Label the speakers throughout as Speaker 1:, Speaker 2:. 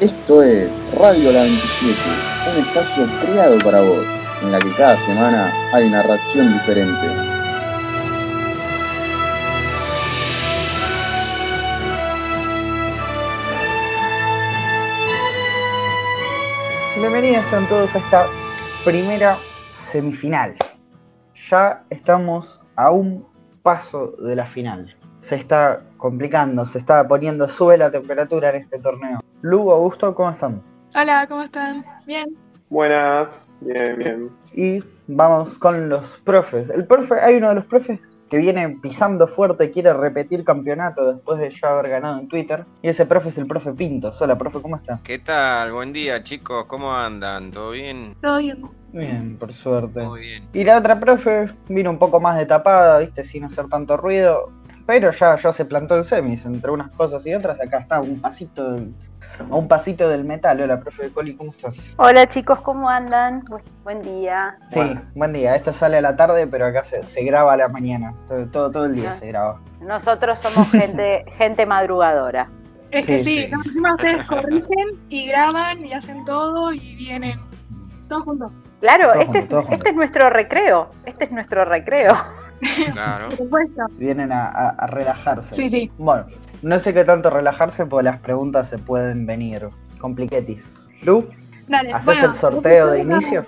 Speaker 1: Esto es Radio La 27, un espacio creado para vos, en la que cada semana hay una reacción diferente.
Speaker 2: Bienvenidos sean todos a esta primera semifinal. Ya estamos a un paso de la final. Se está complicando, se está poniendo, sube la temperatura en este torneo. Lugo, Augusto, ¿cómo están?
Speaker 3: Hola, ¿cómo están? Bien.
Speaker 4: Buenas, bien, bien.
Speaker 2: Y vamos con los profes. El profe, hay uno de los profes que viene pisando fuerte, quiere repetir campeonato después de ya haber ganado en Twitter. Y ese profe es el profe Pinto. Hola, profe, ¿cómo está?
Speaker 5: ¿Qué tal? Buen día, chicos. ¿Cómo andan? ¿Todo bien?
Speaker 3: Todo bien.
Speaker 2: Bien, por suerte.
Speaker 5: Muy bien.
Speaker 2: Y la otra profe vino un poco más de tapada, viste, sin hacer tanto ruido. Pero ya, ya se plantó en semis, entre unas cosas y otras. Acá está un pasito del- a un pasito del metal. Hola, profe Coli, ¿cómo estás?
Speaker 6: Hola chicos, ¿cómo andan? Bu- Buen día.
Speaker 2: Sí, buen día. Esto sale a la tarde, pero acá se, se graba a la mañana. Todo, todo, todo el día
Speaker 6: Ah.
Speaker 2: se graba.
Speaker 6: Nosotros somos gente, gente madrugadora.
Speaker 3: Es que
Speaker 2: Sí,
Speaker 3: sí,
Speaker 2: sí.
Speaker 3: no, encima ustedes corrigen y graban y hacen todo y vienen todos juntos.
Speaker 6: Claro,
Speaker 2: Todos
Speaker 6: este,
Speaker 2: juntos,
Speaker 6: es,
Speaker 2: todos juntos.
Speaker 6: este es nuestro recreo. Este es nuestro recreo.
Speaker 5: Claro.
Speaker 3: Por supuesto.
Speaker 2: Vienen a, a- a relajarse.
Speaker 3: Sí, sí.
Speaker 2: Bueno, no sé qué tanto relajarse porque las preguntas se pueden venir. Compliquetis. Lu,
Speaker 3: Dale.
Speaker 2: ¿haces
Speaker 3: Eh, bueno,
Speaker 2: el sorteo de
Speaker 3: profesora-
Speaker 2: inicio?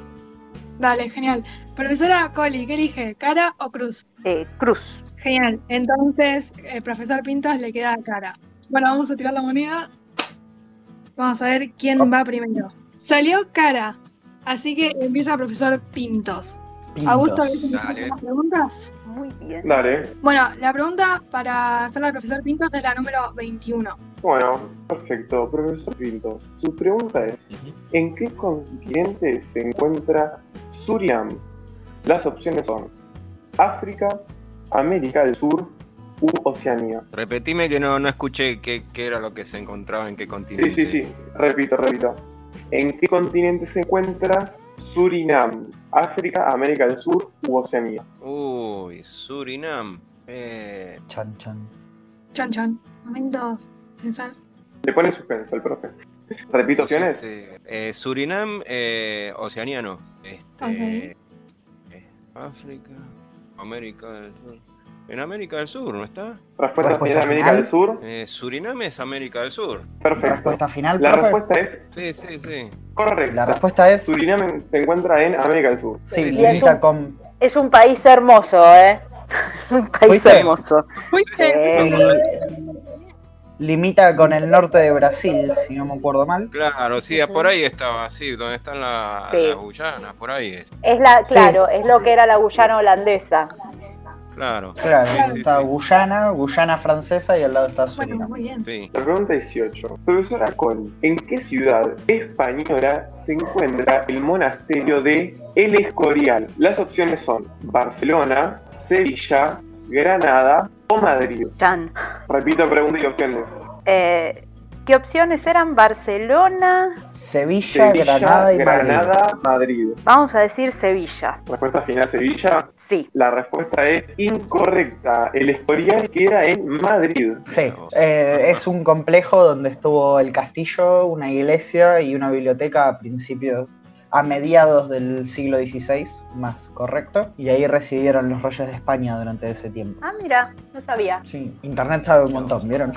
Speaker 3: Dale, genial. Profesora Coli, ¿qué elige? ¿Cara o cruz?
Speaker 6: Eh, Cruz.
Speaker 3: Genial. Entonces, eh, profesor Pintas le queda cara. Bueno, vamos a tirar la moneda. Vamos a ver quién
Speaker 2: Oh.
Speaker 3: va primero. Salió cara. Así que empieza profesor Pintos.
Speaker 2: Pintos.
Speaker 3: Augusto, ¿querés
Speaker 5: Dale.
Speaker 3: empezar con las preguntas?
Speaker 6: Muy bien.
Speaker 4: Dale.
Speaker 3: Bueno, la pregunta para hacerla al profesor Pintos es la número 21.
Speaker 4: Bueno, perfecto. Profesor Pinto, su pregunta es, ¿en qué continente se encuentra Surinam? Las opciones son África, América del Sur u Oceanía.
Speaker 5: Repetime que no, no escuché qué, qué era lo que se encontraba en qué continente.
Speaker 4: Sí, sí, sí. Repito, repito. ¿En qué continente se encuentra Surinam? África, América del Sur u Oceanía.
Speaker 5: Uy, Surinam. Eh,
Speaker 2: Chan, chan.
Speaker 3: Chan, chan. Momento. Pensar.
Speaker 4: Le pone suspenso el profe. Repito opciones.
Speaker 5: este, eh, Surinam, eh, Oceanía no. Este, eh, África, América del Sur. En América del Sur, ¿no está?
Speaker 4: Respuesta,
Speaker 2: Respuesta
Speaker 4: en América
Speaker 2: final.
Speaker 4: del Sur.
Speaker 5: Eh, Surinam es América del Sur.
Speaker 4: Perfecto.
Speaker 2: Respuesta final,
Speaker 4: La
Speaker 2: profe.
Speaker 4: respuesta es
Speaker 5: Sí, sí, sí.
Speaker 4: correcta.
Speaker 2: La respuesta es.
Speaker 4: Surinam se encuentra en América del Sur.
Speaker 2: Sí,
Speaker 5: Sí,
Speaker 6: sí.
Speaker 2: lista con.
Speaker 6: Es un país hermoso, ¿eh? Es un país
Speaker 2: ¿Fuiste?
Speaker 6: hermoso. Eh, Sí.
Speaker 2: Limita con el norte de Brasil, si no me acuerdo mal.
Speaker 5: Claro, sí,
Speaker 6: Ujú.
Speaker 5: por ahí estaba, sí, donde están la-
Speaker 6: Sí.
Speaker 5: las Guyanas, por ahí es.
Speaker 6: Es la,
Speaker 2: Sí.
Speaker 6: claro, es lo que era la Guyana holandesa.
Speaker 5: Claro.
Speaker 2: Claro,
Speaker 5: Sí, sí,
Speaker 2: está
Speaker 5: sí.
Speaker 2: Guyana, Guyana francesa y al lado está
Speaker 3: Bueno,
Speaker 2: Surinam.
Speaker 3: muy bien.
Speaker 5: Sí.
Speaker 4: La pregunta 18. Profesora Col, ¿en qué ciudad española se encuentra el monasterio de El Escorial? Las opciones son Barcelona, Sevilla, Granada o Madrid.
Speaker 6: Chan.
Speaker 4: Repito pregunta y opciones.
Speaker 6: Eh, ¿Qué opciones eran? Barcelona.
Speaker 2: Sevilla, Granada y Madrid.
Speaker 4: Granada, Madrid.
Speaker 6: Vamos a decir Sevilla.
Speaker 4: Respuesta final Sevilla.
Speaker 6: Sí.
Speaker 4: La respuesta es incorrecta. El Escorial queda en Madrid.
Speaker 2: Sí, eh, es un complejo donde estuvo el castillo, una iglesia y una biblioteca a principios, a mediados del siglo XVI, más correcto, y ahí residieron los reyes de España durante ese tiempo.
Speaker 6: Ah, mira, no sabía.
Speaker 2: Sí, internet sabe un montón, ¿vieron?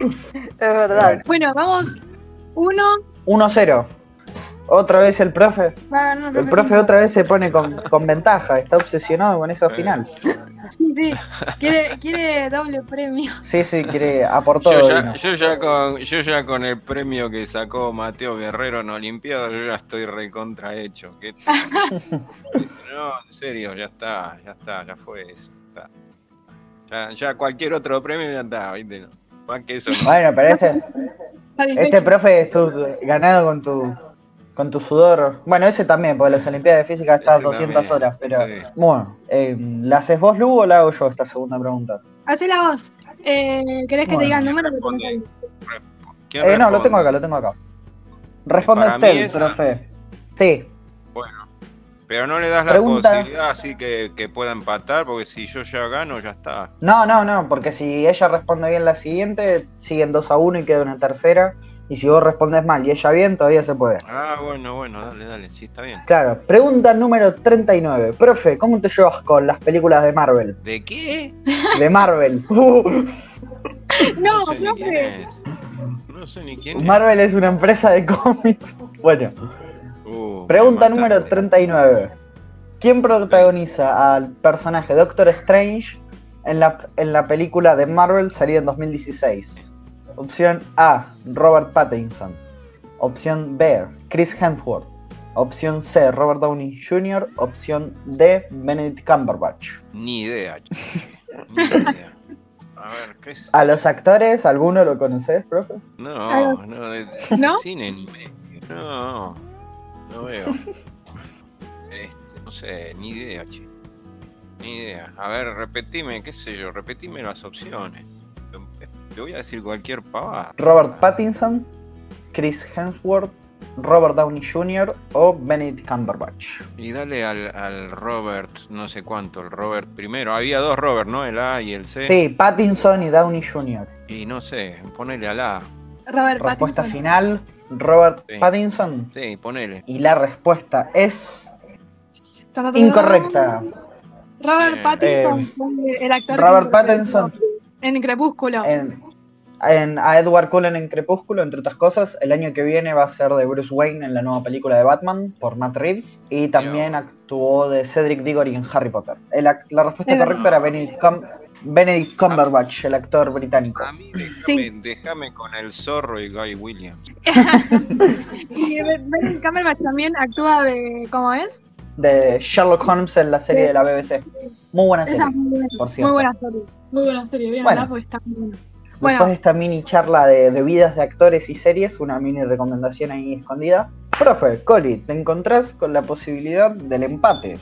Speaker 6: Es verdad.
Speaker 3: Bueno, vamos. Uno.
Speaker 2: 1-0. Otra vez el profe.
Speaker 3: Va a ganar
Speaker 2: El profe otra vez se pone con, con ventaja, está obsesionado con esa final.
Speaker 3: Pintos. Sí, sí. Quiere, quiere doble premio.
Speaker 2: Sí, sí, quiere aportó
Speaker 5: Yo
Speaker 2: todo.
Speaker 5: ya, yo, ya con, yo ya con el premio que sacó Mateo Guerrero en Olimpiadas, yo ya estoy recontrahecho. ¿qué? no, en serio, ya está, ya está, ya fue eso. está. Ya, ya cualquier otro premio ya está, ¿viste? No, Más que eso. no.
Speaker 2: Bueno, pero este,
Speaker 3: Satisfecho.
Speaker 2: este profe es tu- tu- ganado con tu con tu sudor. Bueno, ese también, porque las Olimpiadas de Física estás
Speaker 5: Ese
Speaker 2: 200
Speaker 5: también,
Speaker 2: horas, pero...
Speaker 5: sí.
Speaker 2: Bueno, eh, ¿la haces vos, Lu, o la hago yo esta segunda pregunta?
Speaker 3: Hacela vos. Eh, ¿Querés que te
Speaker 2: Bueno.
Speaker 3: diga el número que tenés ahí?
Speaker 5: ¿Quién
Speaker 2: Eh, no, lo
Speaker 5: responde?
Speaker 2: tengo acá, lo tengo acá. Responde
Speaker 5: Para
Speaker 2: usted,
Speaker 5: mí esa-
Speaker 2: profe. Sí,
Speaker 5: Pero no le das la
Speaker 2: Pregunta.
Speaker 5: posibilidad así que, que pueda empatar, porque si yo ya gano, ya está.
Speaker 2: No, no, no, porque si ella responde bien la siguiente, siguen 2 a 1 y queda una tercera. Y si vos respondes mal y ella bien, todavía se puede.
Speaker 5: Ah, bueno, bueno, dale, dale, sí, está bien.
Speaker 2: Claro, pregunta número 39. Profe, ¿cómo te llevas con las películas de Marvel?
Speaker 5: ¿De qué?
Speaker 2: De Marvel.
Speaker 3: No,
Speaker 5: sé ni quién
Speaker 3: profe.
Speaker 5: es. No sé ni quién es.
Speaker 2: Marvel es una empresa de cómics. Bueno,
Speaker 5: Uh,
Speaker 2: pregunta
Speaker 5: me mataste.
Speaker 2: número 39. ¿Quién protagoniza al personaje Doctor Strange en la, en la película de Marvel salida en 2016? Opción A, Robert Pattinson. Opción B, Chris Hemsworth. Opción C, Robert Downey Jr. Opción D, Benedict Cumberbatch.
Speaker 5: Ni idea, che. Ni idea. A ver, ¿qué es?
Speaker 2: ¿A los actores alguno lo conoces, profe?
Speaker 5: No, no, de, de
Speaker 3: ¿No?
Speaker 5: cine ni medio. No, no veo. Este, no sé, ni idea, che. Ni idea. A ver, repetime, qué sé yo, repetime las opciones. Te voy a decir cualquier pavada.
Speaker 2: Robert Pattinson, Chris Hemsworth, Robert Downey Jr. o Benedict Cumberbatch.
Speaker 5: Y dale al, al Robert, no sé cuánto, el Robert primero. Había dos Robert, ¿no? El A y el C.
Speaker 2: Sí, Pattinson y Downey Jr.
Speaker 5: Y no sé, ponele al A.
Speaker 3: Robert
Speaker 2: Respuesta
Speaker 3: Pattinson.
Speaker 2: final, Robert
Speaker 5: Sí.
Speaker 2: Pattinson.
Speaker 5: Sí, ponele.
Speaker 2: Y la respuesta es
Speaker 3: Ta, ta, ta, ta.
Speaker 2: incorrecta.
Speaker 3: Robert
Speaker 5: Eh,
Speaker 3: Pattinson fue el actor. que
Speaker 2: Robert
Speaker 3: interpretó
Speaker 2: Pattinson Eh.
Speaker 3: En Crepúsculo.
Speaker 2: en, en- a Edward Cullen en Crepúsculo, entre otras cosas. El año que viene va a ser de Bruce Wayne en la nueva película de Batman por Matt Reeves. Y también actuó de Cedric Diggory en Harry Potter. El ac- la respuesta
Speaker 3: Es verdad.
Speaker 2: correcta era Benedict, Cum- Benedict Cumberbatch, el actor británico.
Speaker 5: A mí déjame,
Speaker 3: Sí.
Speaker 5: déjame con el zorro y Guy Williams.
Speaker 3: Y Ben Cumberbatch también actúa de. ¿Cómo es?
Speaker 2: De Sherlock Holmes en la serie de la BBC. Muy buena serie,
Speaker 3: Esa es muy buena.
Speaker 2: por
Speaker 3: Muy
Speaker 2: cierto.
Speaker 3: buena serie. Muy buena serie. Bien,
Speaker 2: Bueno.
Speaker 3: ¿verdad? Porque está muy buena.
Speaker 2: Después
Speaker 3: Bueno.
Speaker 2: de esta mini charla de, de vidas de actores y series, una mini recomendación ahí escondida. Profe, Coli, te encontrás con la posibilidad del empate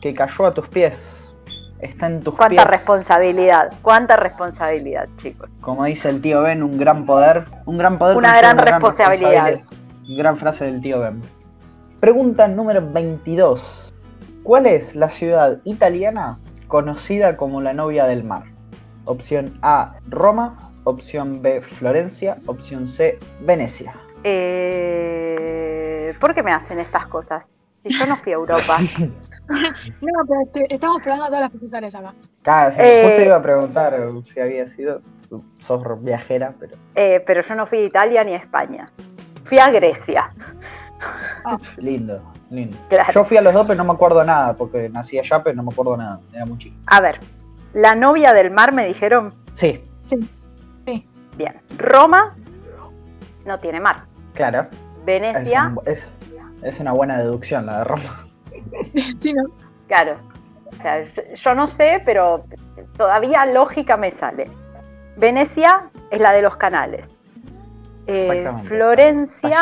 Speaker 2: que cayó a tus pies. Está en tus
Speaker 6: Cuánta
Speaker 2: pies.
Speaker 6: responsabilidad, cuánta responsabilidad, chicos.
Speaker 2: Como dice el tío Ben, un gran poder. Un gran poder.
Speaker 6: Una
Speaker 2: conlleva
Speaker 6: gran responsabilidad.
Speaker 2: responsabilidad. Gran frase del tío Ben. Pregunta número 22. ¿Cuál es la ciudad italiana conocida como la novia del mar? Opción A, Roma. Opción B, Florencia. Opción C, Venecia.
Speaker 6: Eh, ¿Por qué me hacen estas cosas? Si yo no fui a Europa.
Speaker 3: No, pero este, estamos probando a todas las profesores acá.
Speaker 2: Cada,
Speaker 6: Eh.
Speaker 2: Justo iba a preguntar eh, si había sido. Sos viajera, pero.
Speaker 6: Eh, pero yo no fui a Italia ni a España. Fui a Grecia.
Speaker 2: Lindo, lindo.
Speaker 6: Claro.
Speaker 2: Yo fui a los dos, pero no me acuerdo nada, porque nací allá, pero no me acuerdo nada. Era muy chico.
Speaker 6: A ver, la novia del mar me dijeron,
Speaker 2: Sí,
Speaker 3: Sí.
Speaker 6: bien, Roma no tiene mar.
Speaker 2: claro. Es,
Speaker 6: Venecia,
Speaker 2: un- es- es una buena deducción la de Roma.
Speaker 3: sí, ¿no?
Speaker 6: claro. O sea, yo- yo no sé, pero todavía lógica me sale. Venecia es la de los canales. Eh,
Speaker 2: Exactamente.
Speaker 6: Florencia,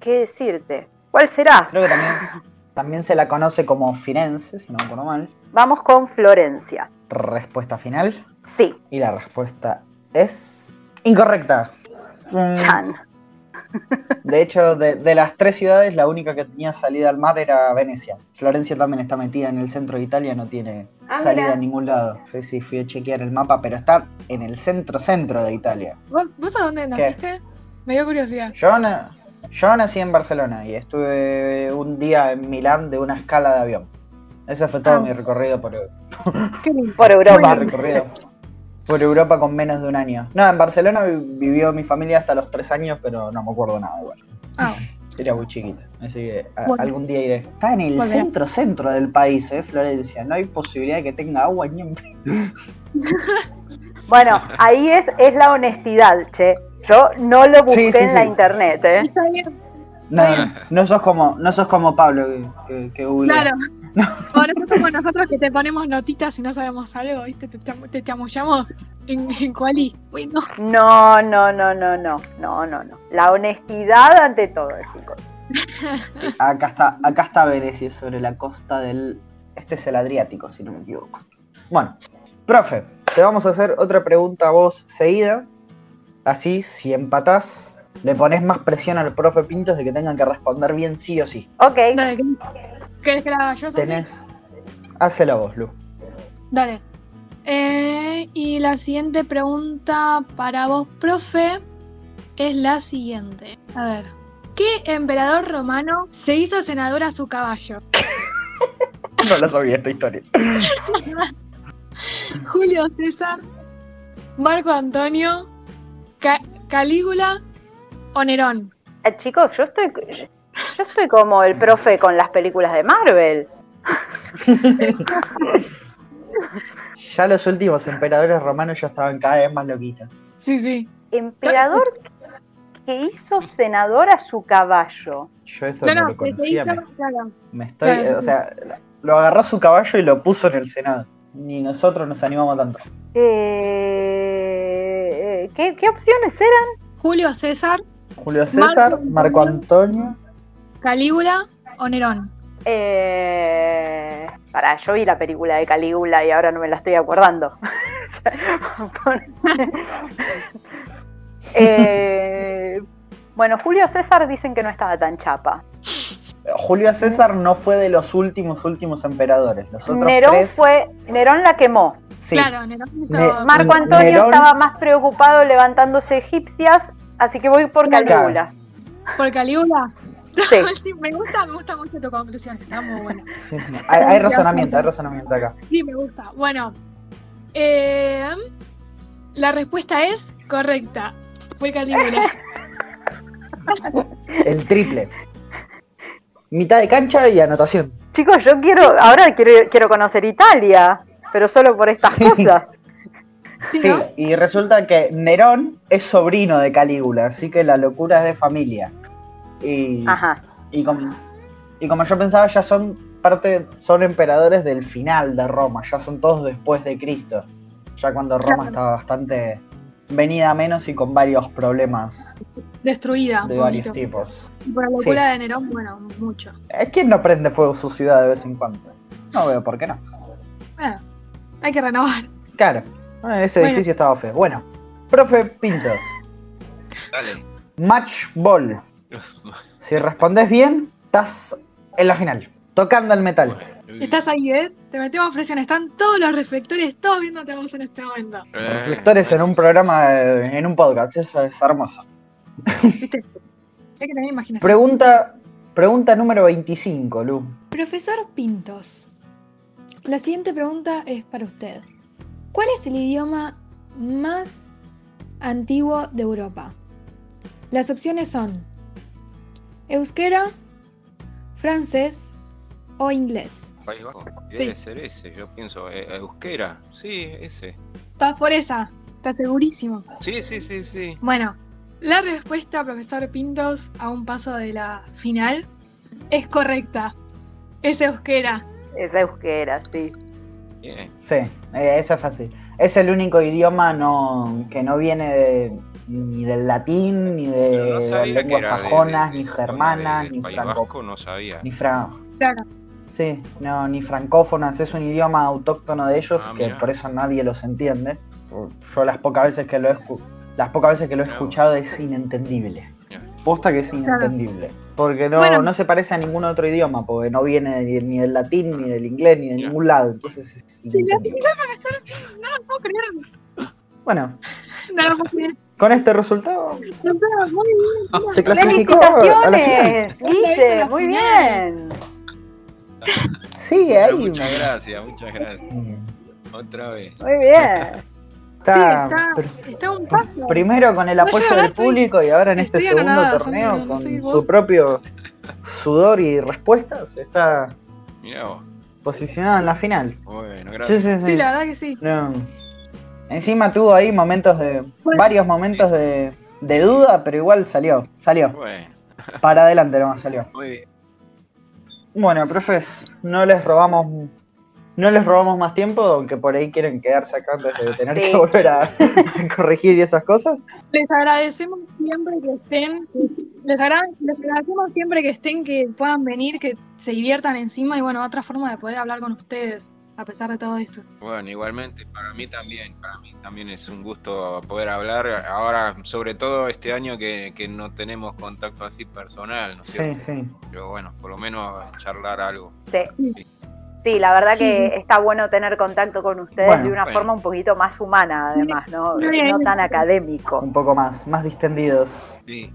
Speaker 6: ¿qué decirte? ¿Cuál será?
Speaker 2: Creo que también, también se la conoce como Firenze, si no me acuerdo mal.
Speaker 6: Vamos con Florencia.
Speaker 2: Respuesta final.
Speaker 6: Sí,
Speaker 2: Y la respuesta es incorrecta. Mm,
Speaker 6: Chan.
Speaker 2: De hecho, de, de las tres ciudades, la única que tenía salida al mar era Venecia. Florencia también está metida en el centro de Italia, no tiene
Speaker 6: Ah,
Speaker 2: salida
Speaker 6: mirá.
Speaker 2: a ningún lado. Sí, sí, fui a chequear el mapa, pero está en el centro-centro de Italia.
Speaker 3: ¿Vos, ¿Vos a dónde naciste? Me dio curiosidad.
Speaker 2: Yo, na- yo nací en Barcelona y estuve un día en Milán de una escala de avión. Ese fue todo
Speaker 3: Ah.
Speaker 2: mi recorrido por,
Speaker 3: Qué lindo.
Speaker 6: por
Speaker 2: Europa,
Speaker 6: Europa.
Speaker 3: Muy bien.
Speaker 2: recorrido. Por Europa con menos de un año. No, en Barcelona vi- vivió mi familia hasta los tres años, pero no me acuerdo nada igual.
Speaker 3: Ah,
Speaker 2: Era muy chiquito. Así que a-
Speaker 3: Bueno.
Speaker 2: algún día iré. Está en el
Speaker 3: Volverá.
Speaker 2: centro, centro del país, ¿eh? Florencia. No hay posibilidad de que tenga agua ni en...
Speaker 6: Bueno, ahí es, es la honestidad, che. Yo no lo busqué
Speaker 2: Sí, sí,
Speaker 6: en la
Speaker 2: sí.
Speaker 6: internet, ¿eh?
Speaker 3: está bien.
Speaker 2: No, no sos como, no sos como Pablo que, que, que googlea.
Speaker 3: Claro. Por eso es como nosotros que te ponemos notitas y no sabemos algo, ¿viste? Te, cham- te chamullamos en, en Kuali. Uy, no.
Speaker 6: No, no, no, no, no, no, no, no. La honestidad ante todo, chicos.
Speaker 2: Acá está, acá está Venecia, sobre la costa del. Este es el Adriático, si no me equivoco. Bueno, profe, te vamos a hacer otra pregunta a vos seguida. Así, si empatás, le pones más presión al profe Pintos de que tengan que responder bien sí o sí.
Speaker 6: Ok,
Speaker 3: Dale, que- ¿Querés que la haga yo? Santi?
Speaker 2: Tenés. Hacela vos, Lu.
Speaker 3: Dale. Eh, y la siguiente pregunta para vos, profe, es la siguiente. A ver. ¿Qué emperador romano se hizo senador a su caballo?
Speaker 2: No la sabía esta historia.
Speaker 3: Julio César, Marco Antonio, Ca- Calígula o Nerón.
Speaker 6: Eh, chicos, yo estoy, yo, yo estoy como el profe con las películas de Marvel.
Speaker 2: Ya los últimos emperadores romanos ya estaban cada vez más loquitos.
Speaker 3: Sí, sí.
Speaker 6: Emperador que hizo senador a su caballo.
Speaker 2: Yo esto
Speaker 3: Claro,
Speaker 2: no lo
Speaker 3: que se
Speaker 2: conocía.
Speaker 3: hizo.
Speaker 2: Me,
Speaker 3: Claro.
Speaker 2: me estoy.
Speaker 3: Claro, sí.
Speaker 2: O sea, lo agarró a su caballo y lo puso en el Senado. Ni nosotros nos animamos tanto.
Speaker 6: Eh, ¿qué, qué opciones eran?
Speaker 3: Julio César,
Speaker 2: Julio César, Marco
Speaker 3: Marco
Speaker 2: Antonio.
Speaker 3: Calígula o Nerón.
Speaker 6: Eh, pará, yo vi la película de Calígula y ahora no me la estoy acordando. Eh, bueno, Julio César dicen que no estaba tan chapa.
Speaker 2: Julio César no fue de los últimos, últimos emperadores. Los otros
Speaker 6: Nerón
Speaker 2: tres.
Speaker 6: fue, Nerón la quemó.
Speaker 2: Sí,
Speaker 3: Claro, Nerón hizo.
Speaker 2: Ne-
Speaker 6: Marco
Speaker 2: N-
Speaker 6: Antonio
Speaker 2: Nerón-
Speaker 6: estaba más preocupado levantándose egipcias, así que voy por
Speaker 2: Claro.
Speaker 6: Calígula.
Speaker 3: Por Calígula.
Speaker 6: Sí.
Speaker 3: Sí, me gusta, me gusta mucho tu conclusión, está muy buena.
Speaker 2: sí, sí. Hay, hay razonamiento, hay razonamiento acá.
Speaker 3: Sí, me gusta. Bueno, eh, la respuesta es correcta. Fue Calígula.
Speaker 2: El triple. Mitad de cancha y anotación.
Speaker 6: Chicos, yo quiero, ahora quiero, quiero conocer Italia, pero solo por estas
Speaker 2: Sí.
Speaker 6: cosas.
Speaker 3: Sí,
Speaker 2: Sí,
Speaker 3: ¿no?
Speaker 2: y resulta que Nerón es sobrino de Calígula, así que la locura es de familia. Y,
Speaker 3: Ah.
Speaker 6: Ajá.
Speaker 2: y, como, y como yo pensaba, ya son parte, son emperadores del final de Roma, ya son todos después de Cristo. Ya cuando Roma
Speaker 3: Claro.
Speaker 2: estaba bastante venida a menos y con varios problemas
Speaker 3: Destruida. un
Speaker 2: de varios
Speaker 3: poquito.
Speaker 2: tipos.
Speaker 3: Y Por la locura de Nerón, bueno, mucho.
Speaker 2: Es quien no prende fuego su ciudad de vez en cuando. No veo por qué no.
Speaker 3: Bueno, hay que renovar.
Speaker 2: Claro, eh, ese
Speaker 3: Bueno.
Speaker 2: edificio estaba feo. Bueno, profe Pintos.
Speaker 5: Dale.
Speaker 2: Match ball. Si respondes bien, estás en la final, tocando el metal.
Speaker 3: Estás ahí, ¿eh? Te metemos presión. Están todos los reflectores, todos viéndote a vos en este momento.
Speaker 5: Eh,
Speaker 2: Reflectores en un programa, eh, en un podcast, eso es hermoso.
Speaker 3: ¿Viste? Hay que tener imaginación.
Speaker 2: Pregunta, pregunta número 25, Lu.
Speaker 3: Profesor Pintos, la siguiente pregunta es para usted. ¿Cuál es el idioma más antiguo de Europa? Las opciones son euskera, francés o inglés.
Speaker 5: País Vasco.
Speaker 3: Sí.
Speaker 5: Debe ser ese, yo pienso. eh, euskera. Sí, ese.
Speaker 3: Vas por esa, está segurísimo.
Speaker 5: Sí, sí, sí, sí.
Speaker 3: Bueno, la respuesta, profesor Pintos, a un paso de la final, es correcta. Es euskera.
Speaker 6: Es euskera, sí.
Speaker 5: Bien.
Speaker 2: Sí, eh, eso es fácil. Es el único idioma no, que no viene de- ni del latín, ni de
Speaker 5: Pero no
Speaker 2: las
Speaker 5: sabía que
Speaker 2: lenguas
Speaker 5: era de-
Speaker 2: sajonas,
Speaker 5: de-
Speaker 2: ni
Speaker 5: de-
Speaker 2: germanas,
Speaker 5: de-
Speaker 2: ni
Speaker 5: País
Speaker 2: franco.
Speaker 5: Vasco no sabía.
Speaker 2: Ni fra-
Speaker 3: Claro.
Speaker 2: Sí, no, ni francófonas, es un idioma autóctono de ellos
Speaker 5: Ah,
Speaker 2: que
Speaker 5: mirá.
Speaker 2: por eso nadie los entiende. Yo las pocas veces que lo he escu- las pocas veces que lo he
Speaker 5: Mirá vos.
Speaker 2: escuchado es inentendible.
Speaker 5: Mirá.
Speaker 2: Posta que es inentendible. Porque no,
Speaker 3: Bueno.
Speaker 2: no se parece a ningún otro idioma, porque no viene ni, ni del latín, ni del inglés, ni de
Speaker 5: Mirá.
Speaker 2: ningún lado. Entonces es
Speaker 3: Sí, la
Speaker 2: inentendible.
Speaker 3: profesor Pintos, no lo puedo creer.
Speaker 2: Bueno,
Speaker 3: No lo puedo creer.
Speaker 2: con este resultado
Speaker 3: Doctora, muy bien, doctora.
Speaker 2: se clasificó a la final.
Speaker 6: ¡Felicitaciones! Guille,
Speaker 3: La
Speaker 6: muy
Speaker 3: final.
Speaker 6: bien.
Speaker 2: Sí,
Speaker 5: Pero
Speaker 2: ahí.
Speaker 5: muchas gracias, muchas gracias. Otra vez.
Speaker 6: Muy bien.
Speaker 2: Está,
Speaker 3: Sí, está-
Speaker 2: pero-
Speaker 3: Está un paso.
Speaker 2: Primero con el
Speaker 3: No,
Speaker 2: apoyo
Speaker 3: yo ahora
Speaker 2: del
Speaker 3: estoy-
Speaker 2: público y ahora en este
Speaker 3: estoy
Speaker 2: segundo
Speaker 3: anonadada,
Speaker 2: torneo
Speaker 3: Sandra, no
Speaker 2: con
Speaker 3: estoy
Speaker 2: su
Speaker 3: vos.
Speaker 2: propio sudor y respuestas está
Speaker 5: Mirá vos.
Speaker 2: posicionado en la final.
Speaker 5: Bueno,
Speaker 2: Sí,
Speaker 5: gracias.
Speaker 2: sí, sí.
Speaker 3: Sí, la verdad que sí.
Speaker 2: No. Encima tuvo ahí momentos de
Speaker 3: Bueno.
Speaker 2: varios momentos de, de duda, pero igual salió, salió.
Speaker 5: Bueno,
Speaker 2: Para adelante nomás salió.
Speaker 5: muy bien.
Speaker 2: Bueno, profes, no les robamos no les robamos más tiempo, aunque por ahí quieren quedarse acá antes de tener
Speaker 6: Sí.
Speaker 2: que volver a, a corregir y esas cosas.
Speaker 3: Les agradecemos siempre que estén. Les, agra- les agradecemos siempre que estén, que puedan venir, que se diviertan encima y bueno, otra forma de poder hablar con ustedes. a pesar de todo esto.
Speaker 5: Bueno, igualmente, para mí también, para mí también es un gusto poder hablar ahora, sobre todo este año que, que no tenemos contacto así personal, ¿no es
Speaker 2: Sí,
Speaker 5: cierto?
Speaker 2: sí.
Speaker 5: Pero bueno, por lo menos charlar algo.
Speaker 6: Sí. Sí, la verdad
Speaker 3: Sí,
Speaker 6: que
Speaker 3: sí.
Speaker 6: está bueno tener contacto con ustedes
Speaker 2: Bueno.
Speaker 6: de una
Speaker 5: Bueno.
Speaker 6: forma un poquito más humana,
Speaker 3: Sí,
Speaker 6: además, ¿no?
Speaker 3: sí.
Speaker 6: No tan académico.
Speaker 2: Un poco más, más distendidos.
Speaker 5: Sí,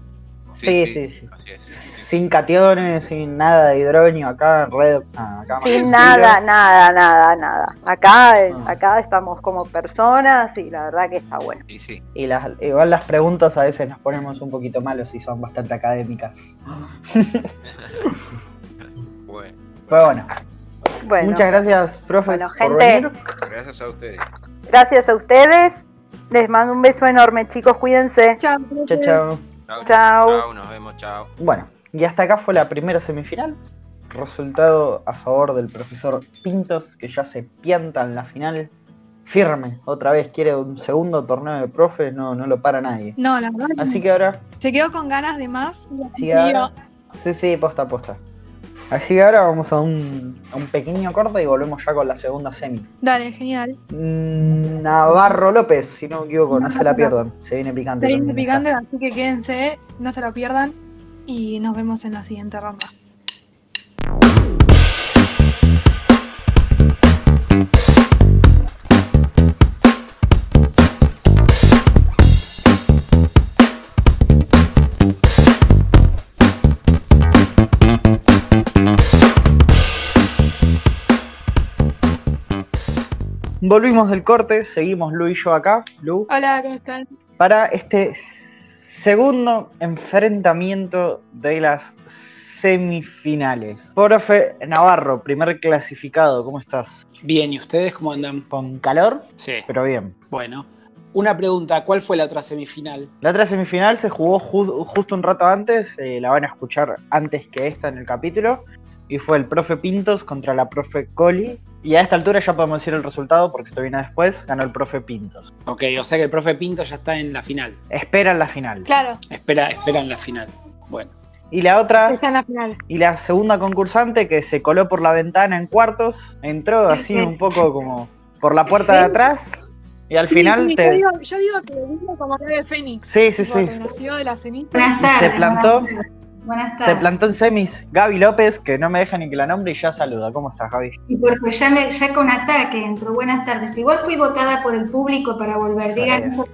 Speaker 2: Sí, sí, sí.
Speaker 5: Así es.
Speaker 2: Sin cationes, sin nada de hidróneo, acá redox, nada, acá más
Speaker 6: Sin
Speaker 2: sencillo.
Speaker 6: nada, nada, nada, nada. Acá, eh,
Speaker 2: Ah.
Speaker 6: acá estamos como personas y la verdad que está bueno.
Speaker 5: Y sí.
Speaker 2: Y las, igual las preguntas a veces nos ponemos un poquito malos y son bastante académicas.
Speaker 5: Bueno,
Speaker 2: Pero bueno,
Speaker 6: Bueno,
Speaker 2: muchas gracias, profes,
Speaker 6: Bueno,
Speaker 2: por
Speaker 6: gente.
Speaker 2: venir.
Speaker 5: gracias a ustedes.
Speaker 6: gracias a ustedes. Les mando un beso enorme, chicos. Cuídense.
Speaker 3: Chao,
Speaker 2: Chao,
Speaker 3: profes.
Speaker 2: chao.
Speaker 5: Chao,
Speaker 6: Chau.
Speaker 5: chao, nos vemos, chao.
Speaker 2: Bueno, y hasta acá fue la primera semifinal. Resultado a favor del profesor Pintos, que ya se pianta en la final. Firme, otra vez quiere un segundo torneo de profes, no, no lo para nadie.
Speaker 3: No, la verdad. que
Speaker 2: Así que ahora
Speaker 3: Se quedó con ganas de más. y lo
Speaker 2: Sí,
Speaker 3: consiguió.
Speaker 2: ahora- Sí, sí, posta, posta. Así que ahora vamos a un, a un pequeño corte y volvemos ya con la segunda semi.
Speaker 3: Dale, genial.
Speaker 2: Mm, Navarro López, si no me equivoco, no se la pierdan. Se viene picante.
Speaker 3: Se viene
Speaker 2: también esa.
Speaker 3: picante, así que quédense, no se lo pierdan. Y nos vemos en la siguiente ronda.
Speaker 2: Volvimos del corte, seguimos Lu y yo acá, Lu,
Speaker 3: Hola, ¿cómo están?
Speaker 2: para este s- segundo enfrentamiento de las semifinales. Profe Navarro, primer clasificado, ¿cómo estás?
Speaker 7: Bien, ¿y ustedes cómo andan?
Speaker 2: Con calor,
Speaker 7: Sí.
Speaker 2: pero bien.
Speaker 7: Bueno. Una pregunta, ¿cuál fue la otra semifinal?
Speaker 2: La otra semifinal se jugó ju- justo un rato antes, eh, la van a escuchar antes que esta en el capítulo, y fue el profe Pintos contra la profe Coli. Y a esta altura ya podemos decir el resultado porque esto viene después, ganó el profe Pintos.
Speaker 7: Ok, o sea que el profe Pinto ya está en la final.
Speaker 2: Esperan la final.
Speaker 3: Claro,
Speaker 7: Espera, espera en la final. Bueno,
Speaker 2: Y la otra,
Speaker 3: está en la final.
Speaker 2: y la segunda concursante que se coló por la ventana en cuartos, entró así un poco como por la puerta de atrás, y al
Speaker 3: Sí,
Speaker 2: final
Speaker 3: sí, yo,
Speaker 2: te...
Speaker 3: digo, yo digo que vino como ave de Fénix.
Speaker 2: Sí, sí,
Speaker 3: Tipo,
Speaker 2: sí.
Speaker 3: Renació de la ceniza.
Speaker 8: Buenas tardes.
Speaker 2: se plantó.
Speaker 8: buenas tardes. Buenas
Speaker 2: Se
Speaker 8: tardes.
Speaker 2: plantó en semis Gaby López, que no me deja ni que la nombre y ya saluda. ¿Cómo estás, Gaby?
Speaker 8: Y porque ya, me, ya con ataque entro. Buenas tardes. Igual fui votada por el público para volver. Digan
Speaker 2: Sí.
Speaker 8: eso.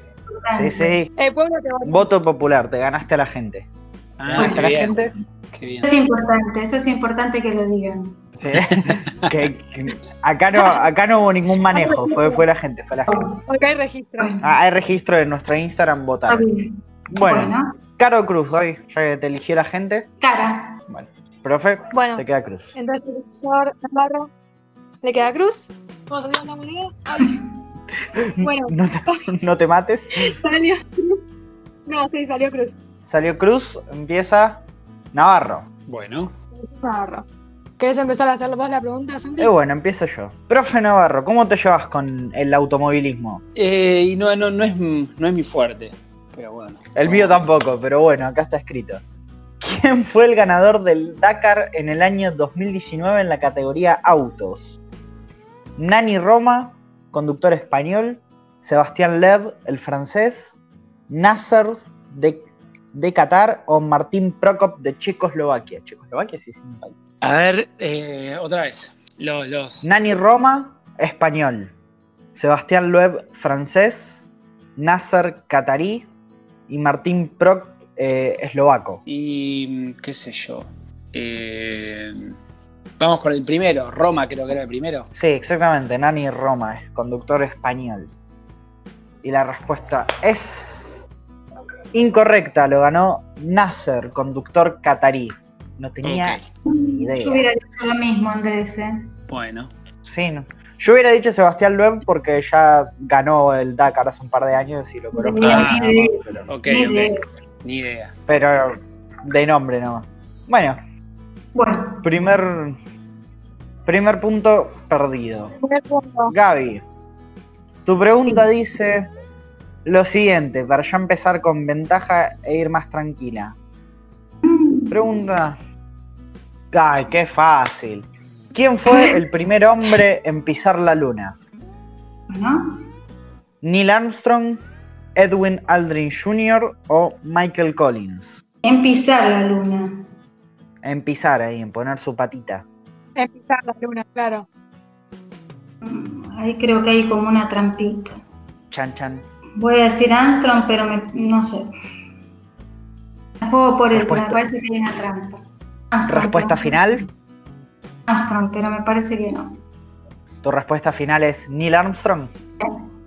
Speaker 2: Sí, sí.
Speaker 3: El pueblo te va
Speaker 2: Voto popular, te ganaste a la gente. Te
Speaker 7: ah,
Speaker 2: ganaste
Speaker 7: qué
Speaker 2: a la
Speaker 7: bien,
Speaker 2: gente.
Speaker 7: qué bien.
Speaker 8: Eso es importante, eso es importante que lo digan.
Speaker 2: Sí. Que- que- acá, no, acá no hubo ningún manejo, fue, fue la gente, fue la gente.
Speaker 3: Acá hay registro.
Speaker 8: Bueno,
Speaker 2: Ah, hay registro en nuestra Instagram
Speaker 8: está
Speaker 2: votar.
Speaker 8: bien.
Speaker 2: Bueno, Caro Cruz, Gaby, ya que te eligió la gente.
Speaker 8: cara.
Speaker 2: Bueno, profe,
Speaker 3: Bueno,
Speaker 2: te queda Cruz.
Speaker 3: entonces el profesor Navarro le queda cruz. Vamos a tirar una moneda. Ay. Bueno,
Speaker 2: No te, no te mates.
Speaker 3: salió cruz. No, sí, salió cruz.
Speaker 2: Salió Cruz, empieza Navarro.
Speaker 7: Bueno,
Speaker 3: Navarro. ¿Querés empezar a hacer vos la pregunta, Santi?
Speaker 2: Y bueno, empiezo yo. Profe Navarro, ¿cómo te llevas con el automovilismo?
Speaker 7: Eh, y no, no, no, es, m- no es mi fuerte, pero bueno.
Speaker 2: El mío tampoco, pero bueno, acá está escrito. ¿Quién fue el ganador del Dakar en el año 2019 en la categoría autos? Nani Roma, conductor español, Sebastián Lev, el francés, Nasser de, de Qatar o Martín Prokop de Checoslovaquia. Checoslovaquia sí es un país.
Speaker 7: A ver, eh, otra vez. Los, los...
Speaker 2: Nani Roma, español, Sebastián Loeb, francés, Nasser catarí y Martín Prokop, eh, eslovaco.
Speaker 7: Y mm, qué sé yo. Eh, vamos con el primero. Roma creo que era el primero.
Speaker 2: Sí, exactamente. Nani Roma es conductor español. Y la respuesta es incorrecta. Lo ganó Nasser, conductor catarí. No tenía ni
Speaker 8: Yo
Speaker 2: idea.
Speaker 8: hubiera dicho lo mismo, Andrés. ¿eh?
Speaker 7: Bueno.
Speaker 2: Sí, no. Yo hubiera dicho Sebastián Loeb porque ya ganó el Dakar hace un par de años y lo conozco.
Speaker 7: Ah,
Speaker 2: pero,
Speaker 7: Ok,
Speaker 8: Ni idea.
Speaker 7: ok. Ni idea.
Speaker 2: pero de nombre no. Bueno,
Speaker 8: Bueno,
Speaker 2: primer, primer punto perdido.
Speaker 3: Primer punto.
Speaker 2: Gaby, tu pregunta dice lo siguiente, para ya empezar con ventaja e ir más tranquila. Pregunta. Ay, qué fácil. ¿Quién fue el primer hombre en pisar la luna?
Speaker 8: Bueno,
Speaker 2: ¿Neil Armstrong, Edwin Aldrin Jr. o Michael Collins?
Speaker 8: en pisar la luna.
Speaker 2: En pisar ahí, en poner su patita.
Speaker 3: Es pisar la luna, claro.
Speaker 8: Mm, Ahí creo que hay como una trampita.
Speaker 2: Chan chan.
Speaker 8: Voy a decir Armstrong, pero me- no sé. Me Juego por el,
Speaker 2: Respuesta.
Speaker 8: me parece que hay una trampa. Armstrong,
Speaker 2: Respuesta
Speaker 8: pero-
Speaker 2: final.
Speaker 8: Armstrong, pero me parece que no.
Speaker 2: Tu respuesta final es Neil Armstrong.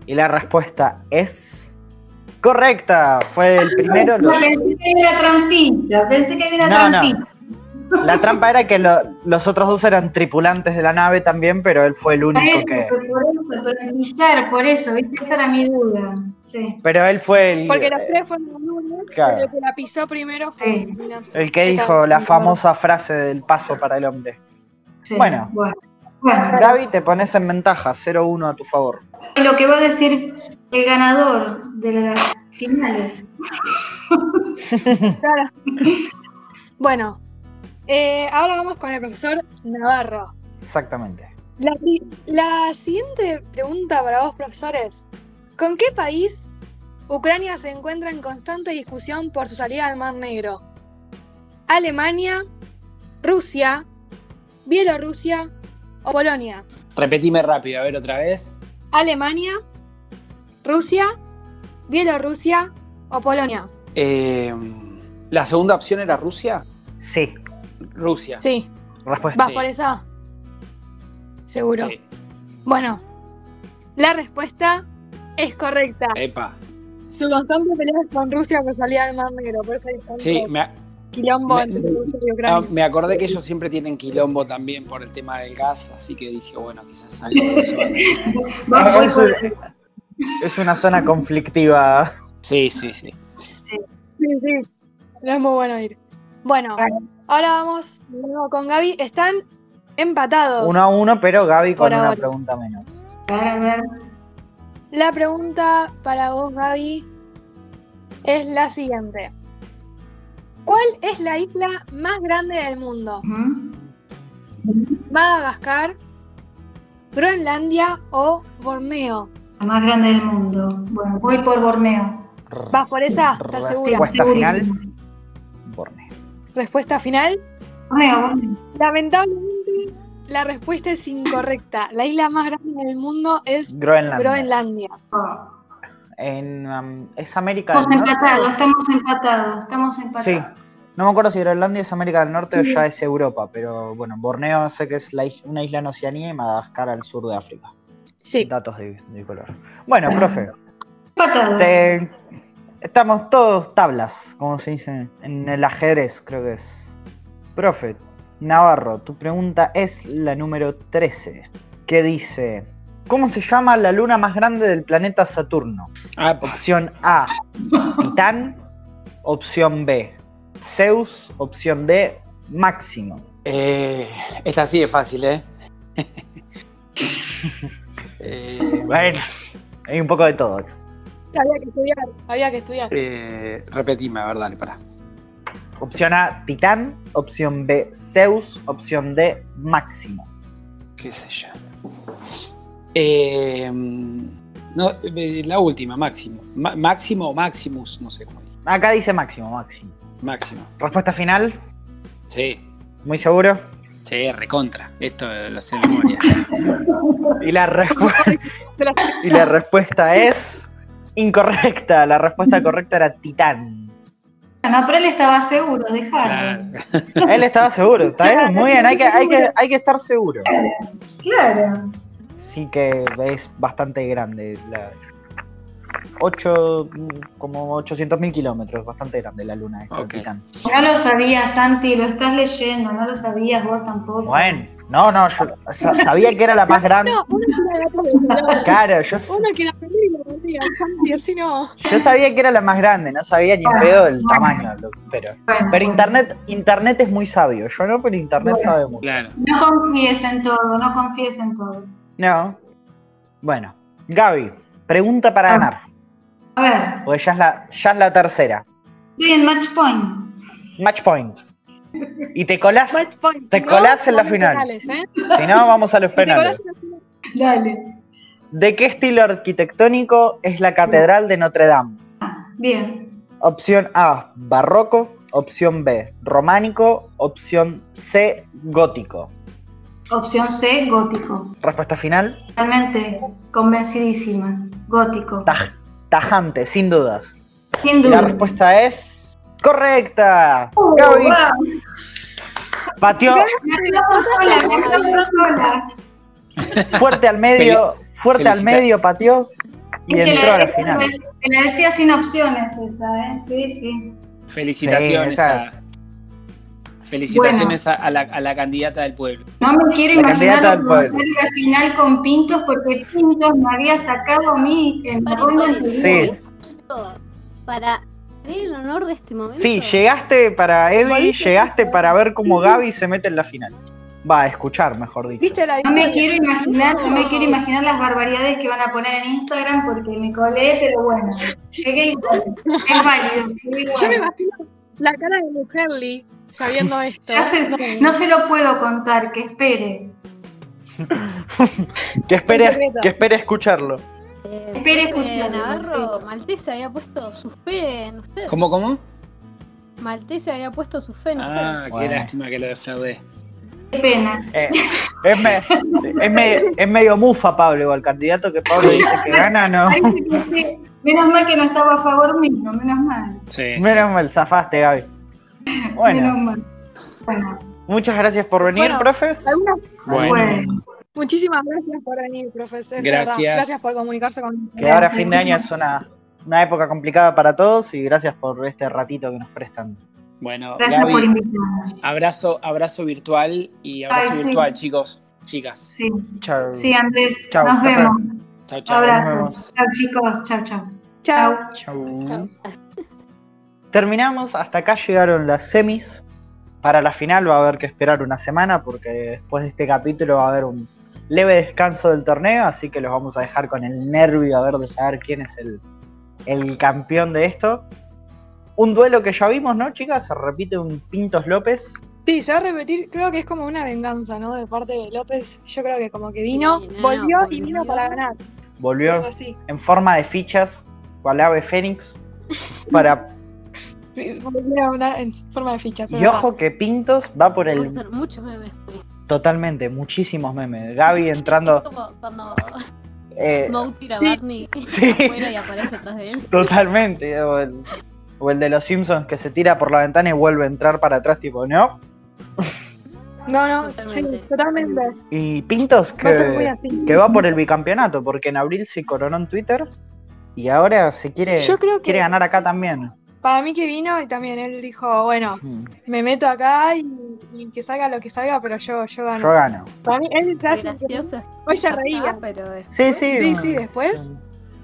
Speaker 2: Y la respuesta es correcta. Fue el primero.
Speaker 8: No,
Speaker 2: los-
Speaker 8: pensé que había una trampita, pensé que había una
Speaker 2: No, no.
Speaker 8: trampita.
Speaker 2: La trampa era que lo- los otros dos eran tripulantes de la nave también, pero él fue el
Speaker 8: Por
Speaker 2: único
Speaker 8: eso,
Speaker 2: que.
Speaker 8: por eso, por pisar, por eso, ¿viste? esa era mi duda. Sí,
Speaker 2: Pero él fue el,
Speaker 3: Porque los tres fueron lunes,
Speaker 2: eh, claro.
Speaker 3: pero el que la pisó primero fue
Speaker 8: Sí.
Speaker 3: Neil Armstrong.
Speaker 2: el que dijo
Speaker 3: Exacto.
Speaker 2: la famosa frase del paso para el hombre.
Speaker 8: sí.
Speaker 2: Bueno.
Speaker 8: bueno. Bueno,
Speaker 2: Gaby, te pones en ventaja, 0-1 a tu favor.
Speaker 8: lo que va a decir el ganador de las finales.
Speaker 3: Claro. Bueno, eh, ahora vamos con el profesor Navarro.
Speaker 2: Exactamente.
Speaker 3: La, si- la siguiente pregunta para vos, profesores. ¿Con qué país Ucrania se encuentra en constante discusión por su salida al Mar Negro? ¿Alemania, Rusia, Bielorrusia o Polonia?
Speaker 7: Repetime rápido, a ver otra vez.
Speaker 3: ¿Alemania, Rusia, Bielorrusia o Polonia?
Speaker 7: Eh, la segunda opción era Rusia.
Speaker 2: Sí,
Speaker 7: Rusia.
Speaker 3: Sí,
Speaker 2: respuesta.
Speaker 3: vas
Speaker 7: Sí.
Speaker 3: por esa. Seguro.
Speaker 7: Sí.
Speaker 3: Bueno, la respuesta es correcta.
Speaker 7: Epa.
Speaker 3: Su constante pelea es con Rusia por salida del Mar Negro, por eso hay tanto
Speaker 7: Sí, me,
Speaker 3: quilombo
Speaker 7: me-
Speaker 3: entre Rusia y
Speaker 7: ah,
Speaker 3: Ucrania.
Speaker 7: me acordé que ellos siempre tienen quilombo también por el tema del gas, así que dije, bueno, quizás algo de eso. es.
Speaker 8: Vos voy
Speaker 2: Ah, es,
Speaker 8: por-
Speaker 2: una, es una zona conflictiva.
Speaker 7: Sí, sí, sí.
Speaker 3: Sí, sí, no es muy bueno ir. Bueno, ahora vamos de nuevo con Gaby. Están empatados.
Speaker 2: Uno a uno, pero Gaby con
Speaker 3: Por
Speaker 2: una
Speaker 3: ahora.
Speaker 2: pregunta menos.
Speaker 8: A ver, a ver.
Speaker 3: La pregunta para vos, Gaby, es la siguiente. ¿Cuál es la isla más grande del mundo?
Speaker 8: Ujú.
Speaker 3: ¿Madagascar, Groenlandia o Borneo?
Speaker 8: La más grande del mundo. Bueno, voy por Borneo.
Speaker 3: ¿Vas por esa? ¿Estás segura?
Speaker 2: Respuesta final.
Speaker 8: Segurísimo.
Speaker 2: Borneo.
Speaker 3: Respuesta final.
Speaker 8: Borneo, Borneo.
Speaker 3: Lamentablemente, la respuesta es incorrecta. La isla más grande del mundo es
Speaker 2: Groenlandia.
Speaker 3: Groenlandia.
Speaker 8: Oh.
Speaker 2: En, um, es América del
Speaker 8: Estamos
Speaker 2: Norte.
Speaker 8: empatados, estamos empatados, estamos
Speaker 2: Sí.
Speaker 8: empatados.
Speaker 2: No me acuerdo si Groenlandia es América del Norte
Speaker 8: Sí.
Speaker 2: o ya es Europa, pero bueno, Borneo sé que es la is- una isla en Oceanía y Madagascar al sur de África.
Speaker 3: Sí.
Speaker 2: Datos de, de color. Bueno, profe,
Speaker 8: Empatados.
Speaker 2: te- estamos todos tablas, como se dice en el ajedrez, creo que es. Profe, Navarro, tu pregunta es la número 13, que dice, ¿cómo se llama la luna más grande del planeta Saturno?
Speaker 7: Ah, pa-
Speaker 2: Opción A, Titán. Opción B, Zeus. Opción D, Máximo.
Speaker 7: eh, esta sí es fácil, ¿eh? Eh,
Speaker 2: Bueno, hay un poco de todo.
Speaker 3: Había que estudiar, había que estudiar.
Speaker 7: eh, repetime, a ver, dale, pará.
Speaker 2: Opción A, Titán. Opción B, Zeus. Opción D, Máximo.
Speaker 7: ¿Qué sé yo? Eh, no, eh, la última, Máximo. Ma- máximo o Maximus, no sé cómo dije.
Speaker 2: Acá dice Máximo, Máximo.
Speaker 7: Máximo.
Speaker 2: Respuesta final,
Speaker 7: Sí,
Speaker 2: muy seguro.
Speaker 7: sí, recontra. Esto lo sé de memoria.
Speaker 2: Y la, respu- y la respuesta es incorrecta. La respuesta correcta era Titán.
Speaker 8: No, pero él estaba seguro,
Speaker 7: Claro.
Speaker 8: dejarlo.
Speaker 2: Él estaba seguro, está bien, muy bien, hay que, hay que, hay que estar seguro.
Speaker 8: Claro.
Speaker 2: Sí que es bastante grande. La... 8, como 800 mil kilómetros, bastante grande la luna esta de
Speaker 7: Ok.
Speaker 2: Titán.
Speaker 8: No lo sabías, Santi, lo estás leyendo, no lo sabías vos tampoco.
Speaker 2: Bueno, no, no, yo sa- sabía que era la más grande.
Speaker 3: No, uno quiere la otra.
Speaker 2: Claro, yo, s-
Speaker 3: Uno quiere aprender y lo pondría, Santi, así no.
Speaker 2: yo sabía que era la más grande, no sabía ni en pedo el tamaño. lo- Pero,
Speaker 8: Bueno,
Speaker 2: pero
Speaker 8: bueno.
Speaker 2: internet, internet es muy sabio, yo no, pero internet
Speaker 8: Bueno.
Speaker 2: sabe mucho.
Speaker 7: Claro.
Speaker 8: No confíes en todo, no confíes en todo.
Speaker 2: No. Bueno, Gaby, pregunta para
Speaker 8: Ah.
Speaker 2: ganar,
Speaker 8: A ver,
Speaker 2: porque ya es la, ya es la tercera.
Speaker 8: estoy en match point.
Speaker 2: Match point. Y te colás.
Speaker 3: Match point.
Speaker 2: Te
Speaker 3: Si no,
Speaker 2: colás en la
Speaker 3: vamos
Speaker 2: final.
Speaker 3: penales, ¿eh? Si
Speaker 2: Si no, vamos a los
Speaker 3: te colás
Speaker 2: penales.
Speaker 3: en la final.
Speaker 8: Dale.
Speaker 2: ¿De qué estilo arquitectónico es la Catedral de Notre Dame?
Speaker 8: Ah, Bien.
Speaker 2: Opción A, barroco. Opción B, románico. Opción C, gótico.
Speaker 8: Opción C, gótico.
Speaker 2: Respuesta final,
Speaker 8: Realmente convencidísima. Gótico.
Speaker 2: taj- tajante, sin dudas.
Speaker 8: Sin
Speaker 2: Y la
Speaker 8: duda.
Speaker 2: respuesta es correcta.
Speaker 8: Mm. Oh,
Speaker 2: Gaby
Speaker 8: wow.
Speaker 2: batió
Speaker 8: Me aplaudo sola, me aplaudo sola.
Speaker 2: fuerte al medio, fuerte al
Speaker 7: felicita-
Speaker 2: medio, pateó y
Speaker 8: Es que
Speaker 2: entró a la
Speaker 8: decía-
Speaker 2: final.
Speaker 8: Te la decía sin opciones esa, ¿eh? Sí, sí.
Speaker 7: Felicitaciones
Speaker 2: Sí, esa-
Speaker 7: a. Felicitaciones a, a la, a la candidata del pueblo.
Speaker 8: No me quiero
Speaker 2: La
Speaker 8: imaginar
Speaker 2: candidata al
Speaker 8: un
Speaker 2: poder.
Speaker 8: comentario al final con Pintos porque Pintos me había sacado a mí en la ronda anterior.
Speaker 2: Sí.
Speaker 9: Justo para tener el honor de este momento.
Speaker 2: Sí, llegaste para Evi, llegaste para ver cómo Gaby se mete en la final. Va a escuchar, mejor dicho.
Speaker 3: ¿Viste la
Speaker 8: No me
Speaker 3: victoria?
Speaker 8: quiero imaginar, no me quiero imaginar las barbaridades que van a poner en Instagram porque me colé, pero bueno, llegué igual. Es válido. llegué igual.
Speaker 3: Yo me imagino la cara de Mujerly sabiendo esto.
Speaker 8: Ya se- no se lo puedo contar, que espere.
Speaker 2: Que espere,
Speaker 3: secreto.
Speaker 2: que espere escucharlo.
Speaker 9: Eh,
Speaker 8: Espere
Speaker 9: profe
Speaker 8: escucharlo,
Speaker 9: Navarro,
Speaker 8: repito.
Speaker 9: Maltés había puesto su fe en usted.
Speaker 7: ¿Cómo, cómo?
Speaker 9: Maltés había puesto su fe en
Speaker 7: Ah, qué
Speaker 2: Bueno.
Speaker 7: lástima que lo defraudé.
Speaker 8: Qué pena.
Speaker 2: Eh, es, me- es me- es medio mufa Pablo, igual, el candidato que Pablo dice que gana, no.
Speaker 8: Parece que sí. Menos mal que no estaba a favor mío, menos mal.
Speaker 7: Sí, sí.
Speaker 2: Menos mal, zafaste, Gaby.
Speaker 8: Menos
Speaker 2: Bueno,
Speaker 8: mal. Bueno,
Speaker 2: muchas gracias por venir,
Speaker 3: Bueno,
Speaker 2: profes.
Speaker 3: Algunas-
Speaker 7: Bueno,
Speaker 8: bueno.
Speaker 3: muchísimas gracias por venir, profesor. Es
Speaker 7: Gracias.
Speaker 3: verdad. Gracias por comunicarse con
Speaker 2: Que ahora fin de año es una, una época complicada para todos y gracias por este ratito que nos prestan.
Speaker 7: bueno.
Speaker 8: Gracias
Speaker 7: Gaby,
Speaker 8: por invitarme.
Speaker 7: abrazo, abrazo virtual y abrazo
Speaker 8: Ay, sí.
Speaker 7: virtual, chicos, chicas.
Speaker 8: Sí,
Speaker 2: Chao.
Speaker 8: sí, Andrés.
Speaker 2: Chau,
Speaker 8: nos
Speaker 2: profe.
Speaker 8: vemos.
Speaker 7: Chao, chao.
Speaker 8: Abrazo.
Speaker 2: vemos.
Speaker 8: Chao, chicos. Chao, chao.
Speaker 3: Chao.
Speaker 2: Chau.
Speaker 9: Chau.
Speaker 2: Terminamos, hasta acá llegaron las semis. Para la final va a haber que esperar una semana porque después de este capítulo va a haber un leve descanso del torneo, así que los vamos a dejar con el nervio a ver de saber quién es el, el campeón de esto. Un duelo que ya vimos, ¿no, chicas? Se repite un Pintos López.
Speaker 3: Sí, se va a repetir. Creo que es como una venganza, ¿no? De parte de López. Yo creo que como que vino,
Speaker 9: Sí, no,
Speaker 3: volvió y
Speaker 9: volvió.
Speaker 3: vino para ganar.
Speaker 2: Volvió
Speaker 3: Algo así.
Speaker 2: en forma de fichas, cual ave fénix, para
Speaker 3: Volvió a una- en forma de fichas. es
Speaker 2: Y
Speaker 3: verdad.
Speaker 2: ojo que Pintos va por
Speaker 9: Vamos a
Speaker 2: el
Speaker 9: hacer muchos memes. con esto.
Speaker 2: totalmente, muchísimos memes. Gaby entrando.
Speaker 9: Es como cuando
Speaker 2: eh,
Speaker 9: Moe tira a
Speaker 3: Sí.
Speaker 9: Barney
Speaker 2: Sí.
Speaker 9: afuera y aparece atrás de él.
Speaker 2: totalmente. O el, o el de los Simpsons que se tira por la ventana y vuelve a entrar para atrás, tipo, ¿no?
Speaker 3: No, no,
Speaker 9: Totalmente.
Speaker 3: sí, totalmente.
Speaker 2: Y Pintos
Speaker 3: Va a ser muy
Speaker 2: que,
Speaker 3: así.
Speaker 2: que va por el bicampeonato, porque en abril se coronó en Twitter y ahora se quiere,
Speaker 3: Yo creo que-
Speaker 2: quiere ganar acá también.
Speaker 3: Para mí que vino y también él dijo, bueno, me meto acá y, y que salga lo que salga, pero yo, yo gano.
Speaker 2: Yo gano.
Speaker 3: Para mí él se
Speaker 9: Qué
Speaker 3: hace...
Speaker 9: gracioso.
Speaker 3: Hoy
Speaker 8: Pues
Speaker 3: se
Speaker 9: Ya
Speaker 3: reía.
Speaker 9: está, Pero es-
Speaker 2: Sí, sí.
Speaker 3: Sí, sí, después.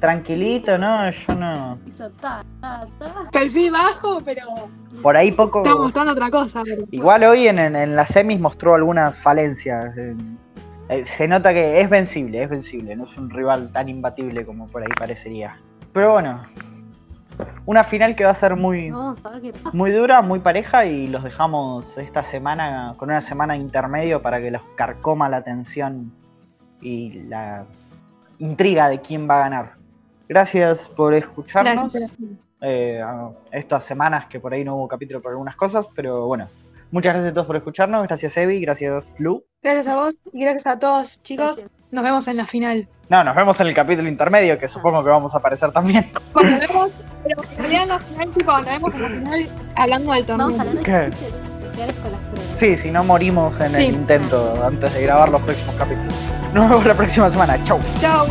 Speaker 2: Tranquilito, ¿no? Yo no.
Speaker 9: hizo ta, ta, ta.
Speaker 3: Perfil bajo, pero
Speaker 2: Por ahí poco.
Speaker 3: está mostrando otra cosa. pero-
Speaker 2: Igual hoy en, en, en las semis mostró algunas falencias. en- eh, se nota que es vencible, es vencible. No es un rival tan imbatible como por ahí parecería. Pero bueno, una final que va a ser muy,
Speaker 9: Vamos a ver qué pasa.
Speaker 2: muy dura, muy pareja y los dejamos esta semana con una semana de intermedio para que los carcoma la tensión y la intriga de quién va a ganar. Gracias por escucharnos
Speaker 3: Gracias.
Speaker 2: eh, a estas semanas que por ahí no hubo capítulo por algunas cosas, pero bueno. Muchas gracias a todos por escucharnos. Gracias, Evi. Gracias, Lu.
Speaker 3: Gracias a vos y gracias a todos, chicos.
Speaker 9: Gracias.
Speaker 3: Nos vemos en la final.
Speaker 2: No, nos vemos en el capítulo intermedio, que supongo que vamos a aparecer también.
Speaker 3: Bueno, nos vemos, pero en realidad en la final, tipo, nos vemos en la final hablando del torneo.
Speaker 9: Vamos a hablar de
Speaker 2: ¿Qué?
Speaker 9: especiales con las pruebas.
Speaker 2: Sí, si no morimos en
Speaker 3: Sí.
Speaker 2: el intento antes de grabar los próximos capítulos. Nos vemos la próxima semana. Chau.
Speaker 3: Chao.